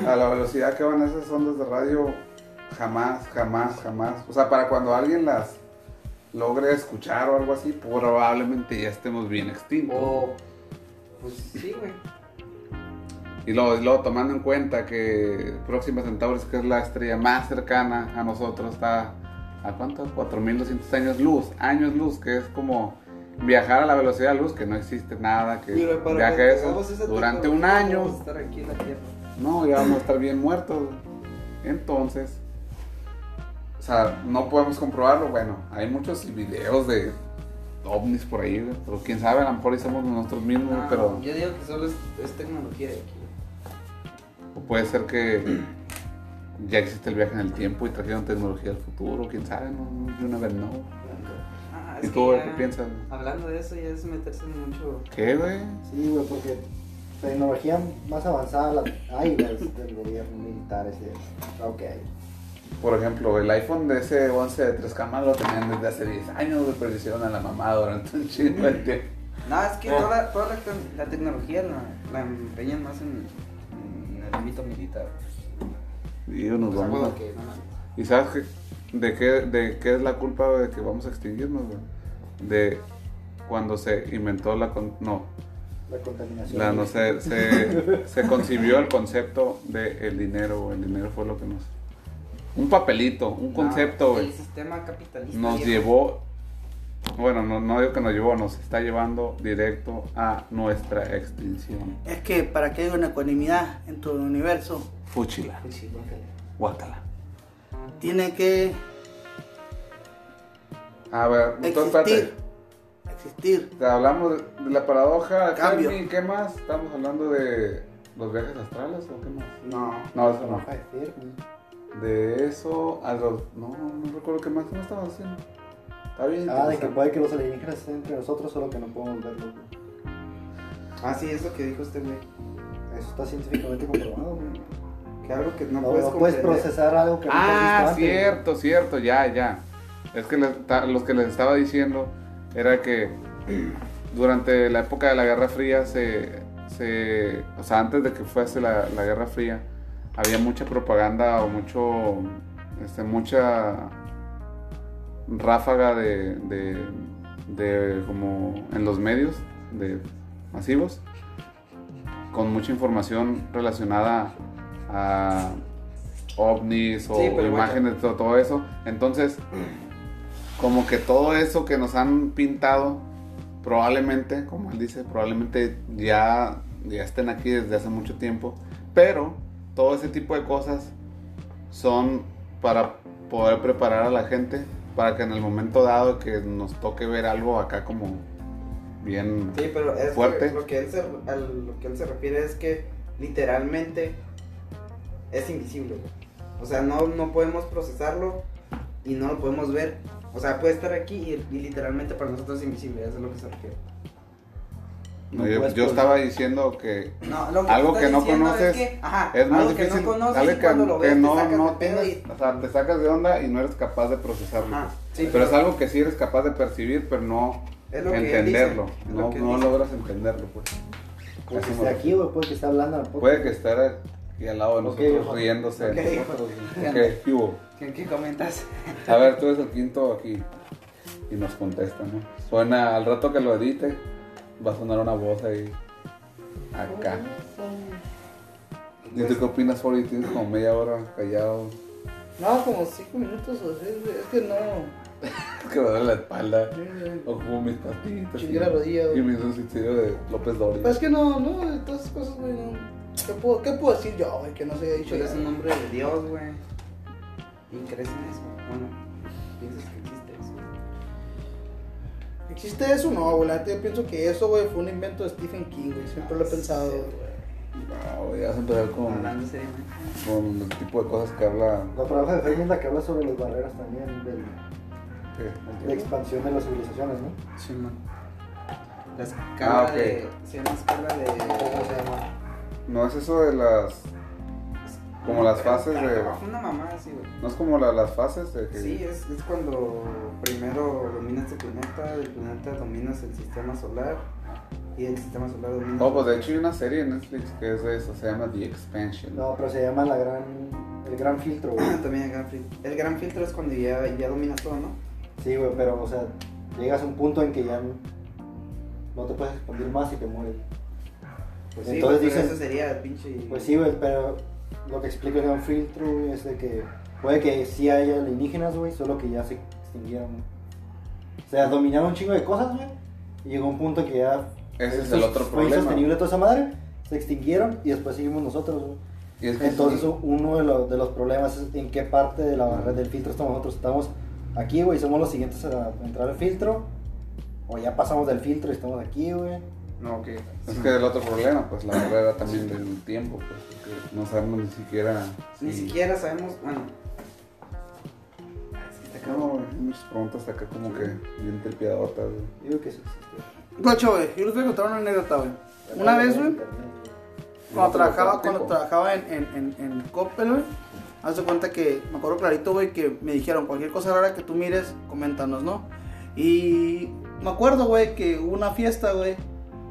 a la velocidad que van esas ondas de radio, jamás, jamás, jamás. O sea, para cuando alguien las logre escuchar o algo así, probablemente ya estemos bien extintos. O. Pues sí, güey. Y luego, y luego tomando en cuenta que Próxima Centauris, que es la estrella más cercana a nosotros, está a cuánto? 4.200 años luz, años luz, que es como viajar a la velocidad de luz, que no existe nada, que Mira, para viaja que eso hagamos esa durante un tecnología, pues. año. vamos a estar aquí en la Tierra. No, ya vamos a estar bien muertos. Entonces, o sea, no podemos comprobarlo. Bueno, hay muchos videos de ovnis por ahí, güey, pero quién sabe, a lo mejor y somos nosotros mismos, No, pero Yo digo que solo es, es tecnología de aquí, güey. o puede ser que ya existe el viaje en el tiempo y trajeron tecnología del futuro, quién sabe, no, no, you never know. Ah, ¿Y es tú que qué ya- piensas? Hablando de eso, ya es meterse en mucho. ¿Qué, güey? Sí, güey, porque tecnología más avanzada la hay güey, es del gobierno militar, ese. Ok. Por ejemplo, el iPhone de ese 11 de tres cámaras lo tenían desde hace 10 años, güey, pero le hicieron a la mamá durante un chingo de tiempo. No, es que toda, toda la, tec- la tecnología la, la empeñan más en, en el ámbito militar. Y nos O sea, vamos a... como que, no mames. ¿Y sabes qué, de, qué, de qué es la culpa güey, de que vamos a extinguirnos, güey? De cuando se inventó la... con- no, La contaminación. la, no sé, se, se concibió el concepto del el dinero, güey. el dinero fue lo que nos... Un papelito, un concepto, No, güey. El sistema capitalista. Nos viejo. llevó... Bueno, no, no digo que nos llevó, nos está llevando directo a nuestra extinción. Es que para que haya una ecuanimidad en todo el universo, Ah, Fúchila, Sí, guácala. guácala. tiene que A ver, entonces, espérate. existir. Existir. Te hablamos de de la paradoja, Cambio. Fermi, ¿qué más? ¿Estamos hablando de los viajes astrales o qué más? No. No, eso La no. hoja de Fermi. De eso a los... No, no recuerdo qué más, ¿qué más estamos haciendo? Está bien Ah, de que interesante. puede que los alienígenas estén entre nosotros, solo que no podemos verlos. güey. Ah, sí, es lo que dijo este güey. Eso está científicamente comprobado. güey. Que algo que no, No, no puedes puedes, comprender. procesar algo que no Ah, has visto antes, cierto, cierto, ya, ya. Es que les- ta- los que les estaba diciendo era que durante la época de la Guerra Fría se... se o sea, antes de que fuese la, la Guerra Fría, había mucha propaganda o mucho... Este, mucha ráfaga de, de, de como en los medios de masivos con mucha información relacionada a ovnis o Sí, pero imágenes todo, todo eso entonces como que todo eso que nos han pintado probablemente como él dice probablemente ya ya estén aquí desde hace mucho tiempo pero todo ese tipo de cosas son para poder preparar a la gente para que en el momento dado que nos toque ver algo acá como bien Sí, pero es que Fuerte. lo que él se, a lo que él se refiere es que literalmente es invisible, güey. O sea, no, no podemos procesarlo y no lo podemos ver. O sea, puede estar aquí y, y literalmente para nosotros es invisible, eso es lo que se refiere. No, yo, Pues, yo pues, estaba diciendo que No, lo Algo está que no diciendo conoces Es, que, ajá, es más algo difícil. que no conoces dale y que, cuando lo que ves, te no, sacas no de pedo tienes, y- o sea, te sacas de onda y no eres capaz de procesarlo. Ajá, sí, pero es algo que sí eres capaz de percibir, pero no es lo que él dice, entenderlo. es lo No, que él no dice. logras entenderlo, pues. güey. Puede Eso que me- esté aquí, güey, puede que esté hablando al podcast. Puede que estar aquí al lado de Ok, nosotros ojo. riéndose. Ok, de ojo. nosotros. Ya. Ok, ¿qué hubo? ¿Qué, qué comentas? A ver, tú eres el quinto aquí. Y nos contesta, ¿no? Suena, al rato que lo edite, va a sonar una voz ahí. Acá. ¿Y tú qué opinas, Fori? Tienes como media hora callado. No, como 5 minutos o 6, es que no. Es que me duele la espalda. O como mis pastitas. Chingué la rodilla, güey. Y me hizo un suicidio de López Doria. Pues es que no, no, de todas esas cosas, güey, no. ¿Qué puedo, ¿Qué puedo decir yo, güey, que no se haya dicho Pero es ya? un nombre de Dios, güey. ¿Y crees en eso? Bueno, piensas que existe eso. ¿Existe eso? No, güey, la neta, yo pienso que eso, güey, fue un invento de Stephen King, güey, siempre lo he pensado, Sí, Ah, güey. No, güey, ya vas a empezar con, Hablando seriamente. con el tipo de cosas que habla. La paradoja de Fermi es la que habla sobre las barreras también del- ¿qué? de la expansión de las civilizaciones, ¿no? Simón. La escala Ah, de. Se llama escala de. ¿Cómo se llama? No es eso de las. Como las fases de. Ah, Una mamá así, güey. No es como la- las fases de que. Sí, es, es cuando primero dominas el planeta, del planeta dominas el sistema solar y el sistema solar domina. No, pues de hecho hay una serie en Netflix que es de eso, se llama The Expansion. No, pero se llama la gran, el gran filtro, güey. pues. También el gran filtro. El gran filtro es cuando ya, ya dominas todo, ¿no? Sí, güey, pero, o sea, llegas a un punto en que ya no, no te puedes expandir más y te mueres. Pues sí, Entonces güey, pero dicen- eso sería el pinche. Pues sí, güey, pero lo que explica el gran filtro güey, es de que puede que sí haya alienígenas, güey, solo que ya se extinguieron. güey. O sea, dominaron un chingo de cosas, güey, y llegó un punto que ya Ese es fue- el otro fue problema. insostenible toda esa madre, se extinguieron y después seguimos nosotros, güey. Y es que Entonces, sí, uh, uno de, los- de los problemas es en qué parte de la barrera del filtro estamos nosotros. Estamos aquí, güey, somos los siguientes a entrar al filtro. O ya pasamos del filtro y estamos aquí, güey. No, que. es que el otro problema, pues la barrera también del tiempo, pues porque no sabemos ni siquiera. Ni si- siquiera sabemos. Bueno. Es que está cabrón. No, mis preguntas acá como que bien trepiadotas, güey. Yo creo que eso existe. Guacho, güey, yo les voy a contar una anécdota, güey. Una vez, güey, cuando trabajaba, cuando trabajaba en, en, en, en Coppel, güey, haz de cuenta que, me acuerdo clarito, güey, que me dijeron, cualquier cosa rara que tú mires, coméntanos, ¿no? Y me acuerdo, güey, que hubo una fiesta, güey,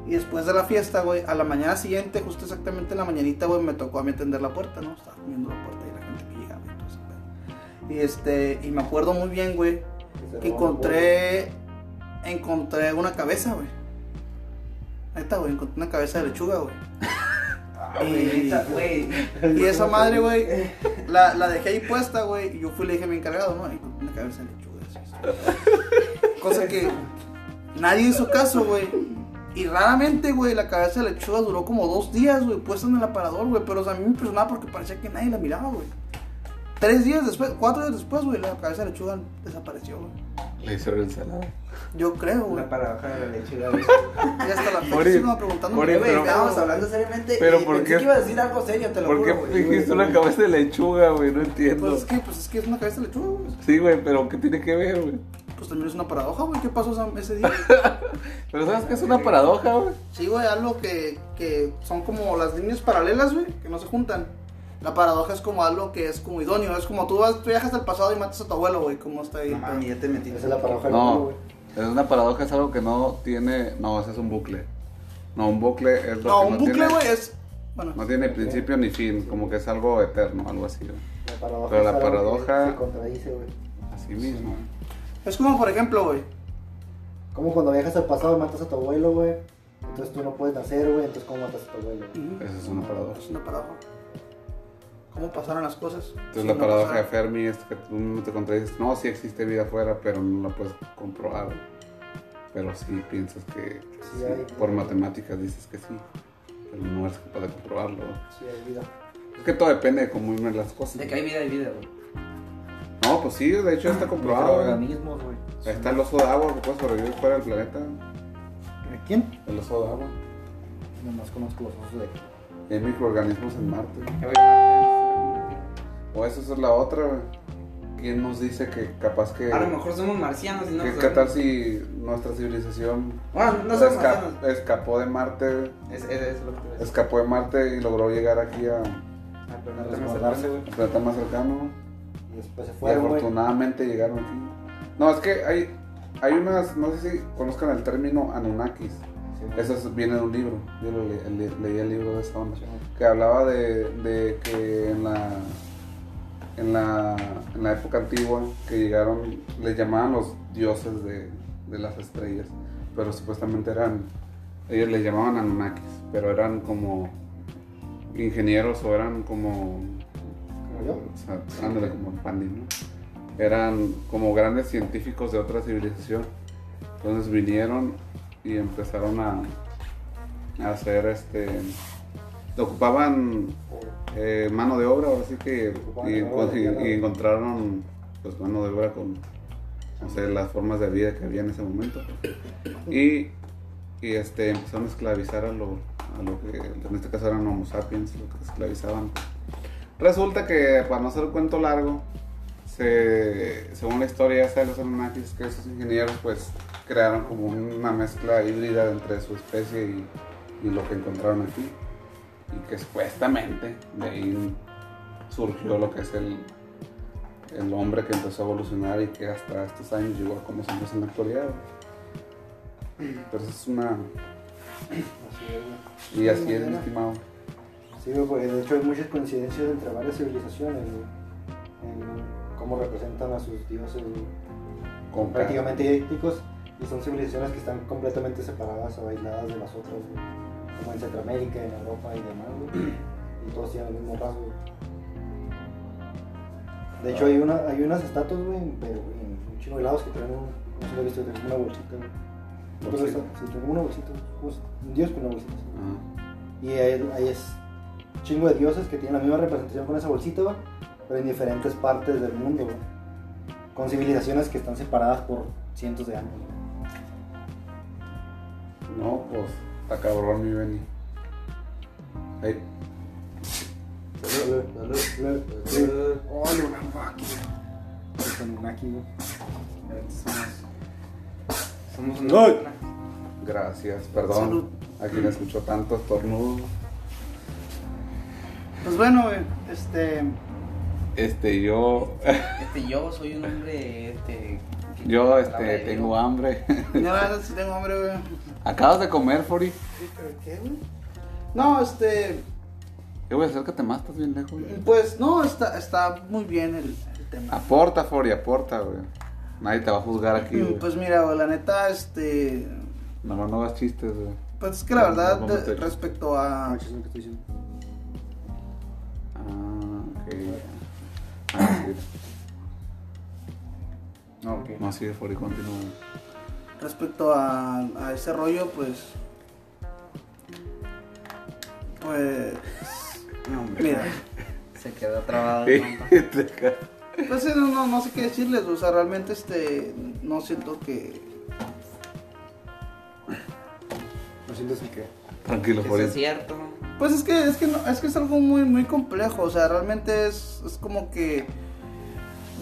y después de la fiesta, güey, a la mañana siguiente, justo exactamente en la mañanita, güey, me tocó a mí atender la puerta, ¿no? Estaba comiendo la puerta y la gente que llegaba y todo ese pedo. Y este, y me acuerdo muy bien, güey, que encontré encontré una cabeza, güey. Ahí está, güey, encontré una cabeza de lechuga, güey. Güey, y, neta, güey. y esa madre, güey, la, la dejé ahí puesta, güey, y yo fui y le dije a mi encargado, ¿no? Encontré una cabeza de lechuga. así, así. Cosa que nadie hizo caso, güey. Y raramente, güey, la cabeza de lechuga duró como dos días, güey, puesta en el aparador, güey. Pero o sea, a mí me impresionaba porque parecía que nadie la miraba, güey. Tres días después, cuatro días después, güey, la cabeza de lechuga desapareció, güey. Le hicieron ensalada. Yo creo, güey. Una para bajar de la lechuga, güey. Ya hasta la fecha Ori, sigo preguntando. Ori, Güey, pero- estábamos hablando seriamente. pero y ¿por pensé qué- que iba a decir algo serio, te lo ¿Por qué juro, güey. dijiste una cabeza de lechuga, güey? No entiendo. Pues es que, pues es que es una cabeza de lechuga, güey. Sí, güey, pero ¿qué tiene que ver, güey? Pues también es una paradoja, güey. ¿Qué pasó esa- ese día? Pero ¿sabes qué es una paradoja, güey? Sí, güey, algo que, que son como las líneas paralelas, güey, que no se juntan. La paradoja es como algo que es como idóneo. Es como tú, vas, tú viajas al pasado y matas a tu abuelo, güey. ¿Cómo está ahí? No mames, ya te metiste. Esa es la paradoja del mundo, No, güey. es una paradoja, es algo que no tiene. No, ese es un bucle. No, un bucle es lo no, que un no bucle, tiene- güey, es. Bueno, No tiene principio ni fin, como que es algo eterno, algo así, güey. La paradoja Pero la es algo que paradoja- Se contradice, güey. Así mismo. es como, por ejemplo, güey. Como cuando viajas al pasado y matas a tu abuelo, güey. Entonces tú no puedes nacer, güey. Entonces, ¿cómo matas a tu abuelo? güey? Esa es una paradoja. Es una paradoja. ¿Cómo pasaron las cosas? Entonces Sí, la no paradoja de pasaron. Fermi es que tú no te contradices. No, sí existe vida afuera, pero no la puedes comprobar. güey. Pero sí piensas que. Sí sí, hay. por matemáticas dices que sí. Pero no eres capaz de comprobarlo. güey. Sí, hay vida. Es que todo depende de cómo irme las cosas. De que Ah, hay vida, hay vida, güey. No, pues sí, de hecho está comprobado. güey. Microorganismos, güey. Ahí está el oso de agua que puede sobrevivir fuera del planeta. ¿A quién? El oso de agua. Nomás conozco los osos de aquí. Y hay microorganismos en Marte. Ya voy a Marte. O esa es la otra, güey. ¿Quién nos dice que capaz que. A lo mejor somos marcianos y no que nos ¿Qué tal sabemos. si nuestra civilización Bueno, no somos esca- marcianos. escapó de Marte, güey? Es, es, es lo que te voy a decir. escapó de Marte y logró llegar aquí a Ah, pero no A te me resguardarse, sorprende. güey. al planeta más cercano. Y después se Y fueron, güey. afortunadamente llegaron aquí. No, es que hay, hay unas, no sé si conozcan el término Anunnakis. Sí, güey. Eso es- viene de un libro. Yo lo le- le- leí el libro de esta onda. Sí, güey. que hablaba de, de que en la, en la en la época antigua que llegaron les llamaban los dioses de, de las estrellas pero supuestamente eran ellos les llamaban anunnakis pero eran como ingenieros o eran como ¿Como yo? o sea, ándale, como el Pandi, ¿no? eran como grandes científicos de otra civilización entonces vinieron y empezaron a, a hacer este ocupaban eh, mano de obra, ahora sí que Ocupaban y, la obra, y- ya la- y encontraron pues mano de obra con no sé, las formas de vida que había en ese momento y, y, este empezaron a esclavizar a lo, a lo que en este caso eran homo sapiens lo que esclavizaban resulta que para no hacer el cuento largo se, según la historia esa de los Anunnakis que esos ingenieros pues crearon como una mezcla híbrida entre su especie y, y lo que encontraron aquí. Y que supuestamente de ahí surgió lo que es el, el hombre que empezó a evolucionar y que hasta estos años llegó a como somos en la actualidad. Pero eso es una... Así es, güey. Y así es, mi Mañana. estimado. Sí, güey, porque de hecho hay muchas coincidencias entre varias civilizaciones, güey, En cómo representan a sus dioses, güey. Con prácticamente idénticos y son civilizaciones que están completamente separadas o aisladas de las otras, güey. como en Centroamérica, en Europa y demás, güey. y todos tienen el mismo rasgo. De hecho, hay, una, hay unas estatuas, güey, en Perú, en un chingo de lados que traen, un- no sé si lo he visto, traen una bolsita, güey. ¿No te lo has visto? Sí, traen una bolsita, como si- un dios con una bolsita. sí. Ah, Y hay, hay es chingo de dioses que tienen la misma representación con esa bolsita, güey, pero en diferentes partes del mundo, güey. Con civilizaciones que están separadas por cientos de años. güey. no, pues está cabrón mi Benny. Ey, Sí. Oh, lo Anunnaki. Los Anunnaki, güey. Somos una ¡Ay! persona. gracias, perdón. Salud. A quien escuchó tanto estornudo. Pues bueno, güey, este. Este, yo, Este, yo soy un hombre, este... que- yo palabra este, de tengo Dios. hambre. Ya la verdad sí tengo hambre, güey. Acabas de comer, Fori. ¿Qué, güey? No, este. Yo voy a hacer que te matas bien lejos. güey. Pues no, está, está muy bien el, el tema. Aporta, Fori, aporta, güey. Nadie te va a juzgar aquí, Mm, güey. Pues mira, güey, la neta, este. Nomás no hagas chistes, güey. Pues es que la verdad, Vamos a de- hacer- respecto Ah, a. eso es lo que estoy diciendo. Ah, ok. Ah, sí. No, no, sí, Fori, continúa. Respecto a, a ese rollo, pues. Pues. No, hombre, Mira. Se quedó trabado el compa. Pues eh, no, no, no sé qué decirles, o sea, realmente este. No siento que. ¿No sientes el qué? Tranquilo, Que eso Fori. es cierto. Pues es que es que no- es que es algo muy muy complejo, o sea, realmente es, es como que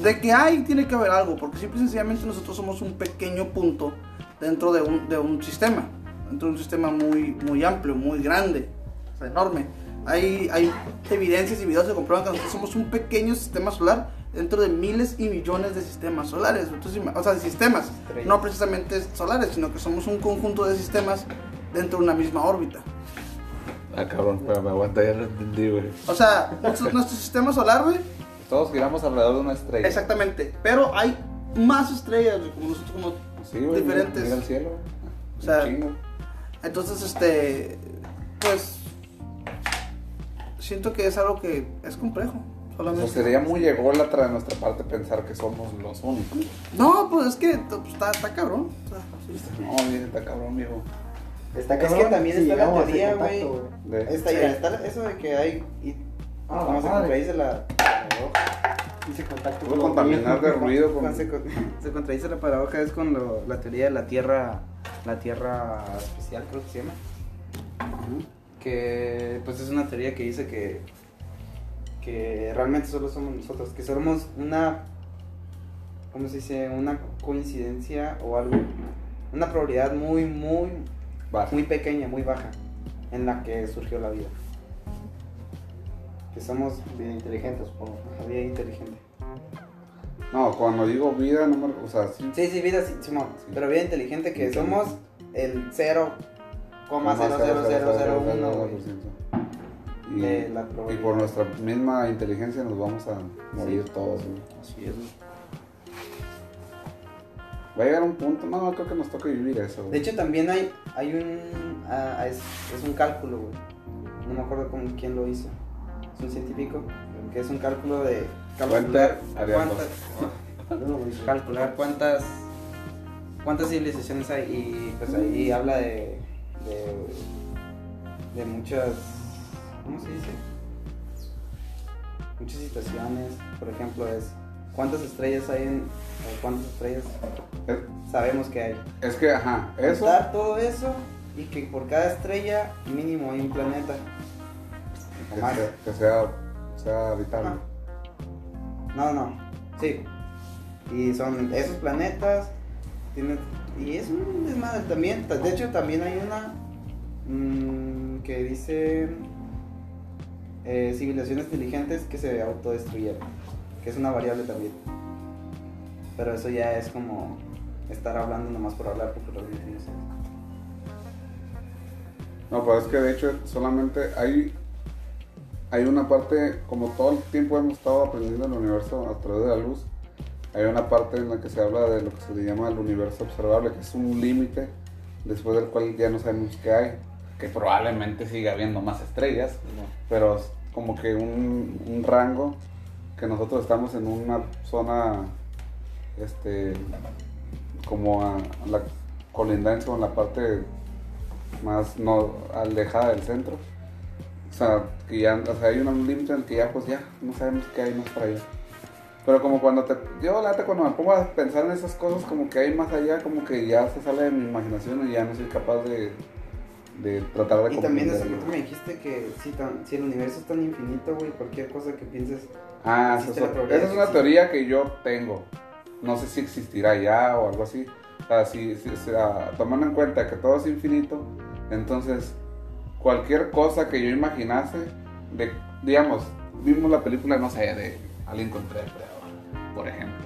de que hay tiene que haber algo, porque simple y sencillamente nosotros somos un pequeño punto dentro de un, de un sistema, dentro de un sistema muy muy amplio, muy grande, o sea, enorme. Hay, hay evidencias y videos que comprueban que nosotros somos un pequeño sistema solar dentro de miles y millones de sistemas solares, Entonces, ima- o sea, de sistemas, Estrellas. no precisamente solares, sino que somos un conjunto de sistemas dentro de una misma órbita. Ah, cabrón, pero me aguanta, ya lo entendí, güey. O sea, nuestro, nuestro sistema solar, güey. Todos giramos alrededor de una estrella. Exactamente. Pero hay más estrellas, güey, como nosotros, como. Sí, güey. Diferentes. Mira el cielo. O sea, Chingo. Entonces, este. Pues. Siento que es algo que es complejo. O sea, Solamente. Pues sería muy ególatra de nuestra parte pensar que somos los únicos. No, pues es que t- pues, está, está cabrón. O sea, sí. No, bien, está cabrón, viejo. Está Es cabrón, que también si está la llegamos a ese teoría, contacto, güey. De- Esta, ya, está eso de que hay... Y, Ah, ¿Cómo se madre. contradice la... Ese contacto Puedo con- contaminar de ruido con... Cuando se, con- se contradice la paradoja es con lo- la teoría de la tierra, la tierra especial creo que se llama, que pues es una teoría que dice que, que realmente solo somos nosotros, que somos una, ¿cómo se dice? Una coincidencia o algo, una probabilidad muy, muy, Baja. muy pequeña, muy baja, en la que surgió la vida. Que somos Bien inteligente, supongo. la vida inteligente. No, cuando digo vida, no me... O sea, sí. Sí, sí, vida, sí, Simón. Sí. Pero vida inteligente que Inteligente. somos el 0,00001, güey. 0,00001%. Y, De la y probabilidad. por nuestra misma inteligencia nos vamos a morir todos. güey. Así es. güey. Va a llegar un punto, no, creo que nos toca vivir eso. güey. De hecho, también hay, hay un. ah, es, es un cálculo, güey. No me acuerdo con quién lo hizo. Es un científico que es un cálculo de. Calcular Fuente, Arial cuántas. Yo no lo hice. Calcular cuántas. Cuántas civilizaciones hay. Y pues ahí habla de. De, de muchas. ¿Cómo se dice? muchas situaciones. Por ejemplo, es cuántas estrellas hay en. o cuántas estrellas es, sabemos que hay. es que, ajá, eso... Contar todo eso y que por cada estrella mínimo hay un planeta. Que o más. sea, que sea, sea habitable. Ajá. No, no. Sí. Y son esos planetas. Tienen Y es un desmadre también. Ta- De hecho, también hay una mm, que dice eh, civilizaciones inteligentes que se autodestruyeron. Que es una variable también. Pero eso ya es como estar hablando nomás por hablar porque realmente no sé. No, pero es que de hecho solamente hay, hay una parte, como todo el tiempo hemos estado aprendiendo el universo a través de la luz, hay una parte en la que se habla de lo que se le llama el universo observable, que es un límite después del cual ya no sabemos qué hay, que probablemente siga habiendo más estrellas, pero es como que un, un rango que nosotros estamos en una zona este como a la colindancia con la parte más no alejada del centro. O sea, que ya, o sea, hay un límite en el que ya, pues ya, no sabemos qué hay más para allá. Pero como cuando te, yo la neta cuando me pongo a pensar en esas cosas, como que hay más allá, como que ya se sale de mi imaginación y ya no soy capaz de, de tratar de Y también eso que comprenderlo. tú me dijiste que si, tan- si el universo es tan infinito, güey, cualquier cosa que pienses. Ah, Existe esa es otra- la probabilidad esa es que una sí. teoría que yo tengo. No sé si existirá ya o algo así. O sea, si- si- o sea, tomando en cuenta que todo es infinito, entonces cualquier cosa que yo imaginase, de, digamos, vimos la película, no sé, de Alguien contra el Depredador, por ejemplo.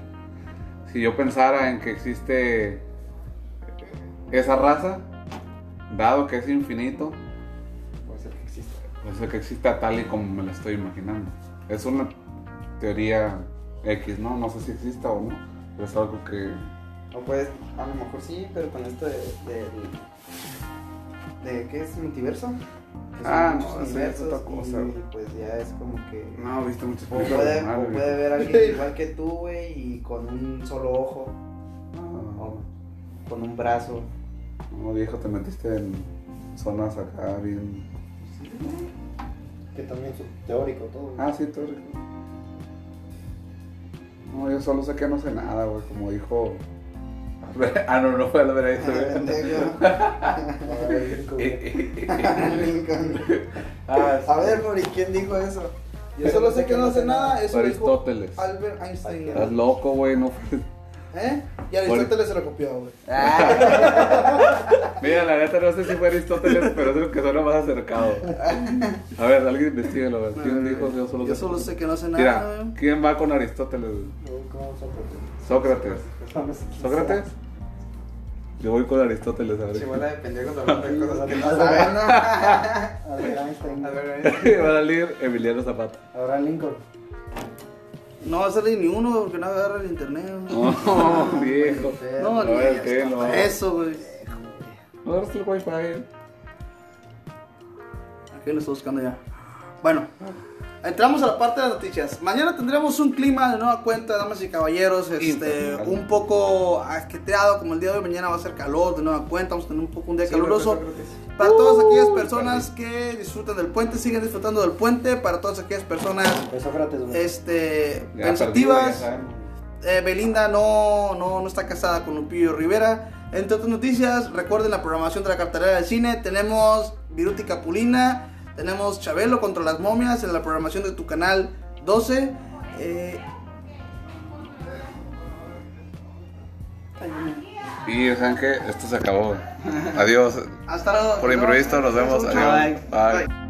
Si yo pensara en que existe esa raza, dado que es infinito, Puede ser que exista. o sea, que exista tal y como me la estoy imaginando. Es una teoría X, ¿no? No sé si exista o no, pero es algo que... O puedes, a lo mejor sí, pero con esto de. de, de, ¿Qué es? ¿Multiverso? Que son Ah, muchos no, eso ya es universos otra cosa, y, güey. pues ya es como que. No, viste muchas O películas puede, de Marvel. o puede ver a alguien igual que tú, güey, y con un solo ojo, No, con un brazo. Ah, no, viejo, te metiste en zonas acá bien... Que también es teórico todo. Ah, sí, tú... No, yo solo sé que no sé nada, güey, como dijo... ah, no, no fue Albert Einstein. Ah, es como- Eh, ah, sí. a ver, Mori, ¿quién dijo eso? Yo solo sé que no sé nada, eso lo dijo Aristóteles. Albert Einstein. Estás loco, güey, no fue... ¿Eh? Y Aristóteles se lo copió, güey. Mira, la neta no sé si fue Aristóteles, pero es el que suena más acercado. A ver, alguien investigalo, a ver. ¿Quién dijo yo solo Yo solo sé que no sé nada, Mira, güey. ¿quién va con Aristóteles? güey? No, ¿cómo vamos a aprender? Sócrates. ¿Sócrates? Yo voy con Aristóteles, a Se ver. vuelve de pendejos hablando de cosas que no A ver. saben. Albert Pues, Einstein. A ver, Va a salir Emiliano Zapata. Abraham Lincoln. No va a salir ni uno porque no agarra el internet, güey. No, viejo. No, no, ni el hasta que no. para eso, güey. ¿No agarraste el wifi? Aquí lo estoy buscando ya. Bueno, entramos a la parte de las noticias. Mañana tendremos un clima de nueva cuenta, damas y caballeros. Este, Impecable. un poco asqueteado, como el día de hoy. Mañana va a ser calor de nueva cuenta. Vamos a tener un poco un día caluroso. Para Uh, todas aquellas personas que disfrutan del puente, siguen disfrutando del puente. Para todas aquellas personas Es Pues, Sócrates, Eh, güey. este, Ya perdido, ya pensativas. sabemos. Eh, Belinda no, no, no está casada con Lupillo Rivera. Entre otras noticias, recuerden la programación de la cartelera del cine. Tenemos Viruti Capulina, tenemos Chabelo contra las momias en la programación de tu canal 12. Eh, Y saben que esto se acabó. Adiós. hasta luego. Por imprevisto, nos vemos. Mucho. Adiós. Bye.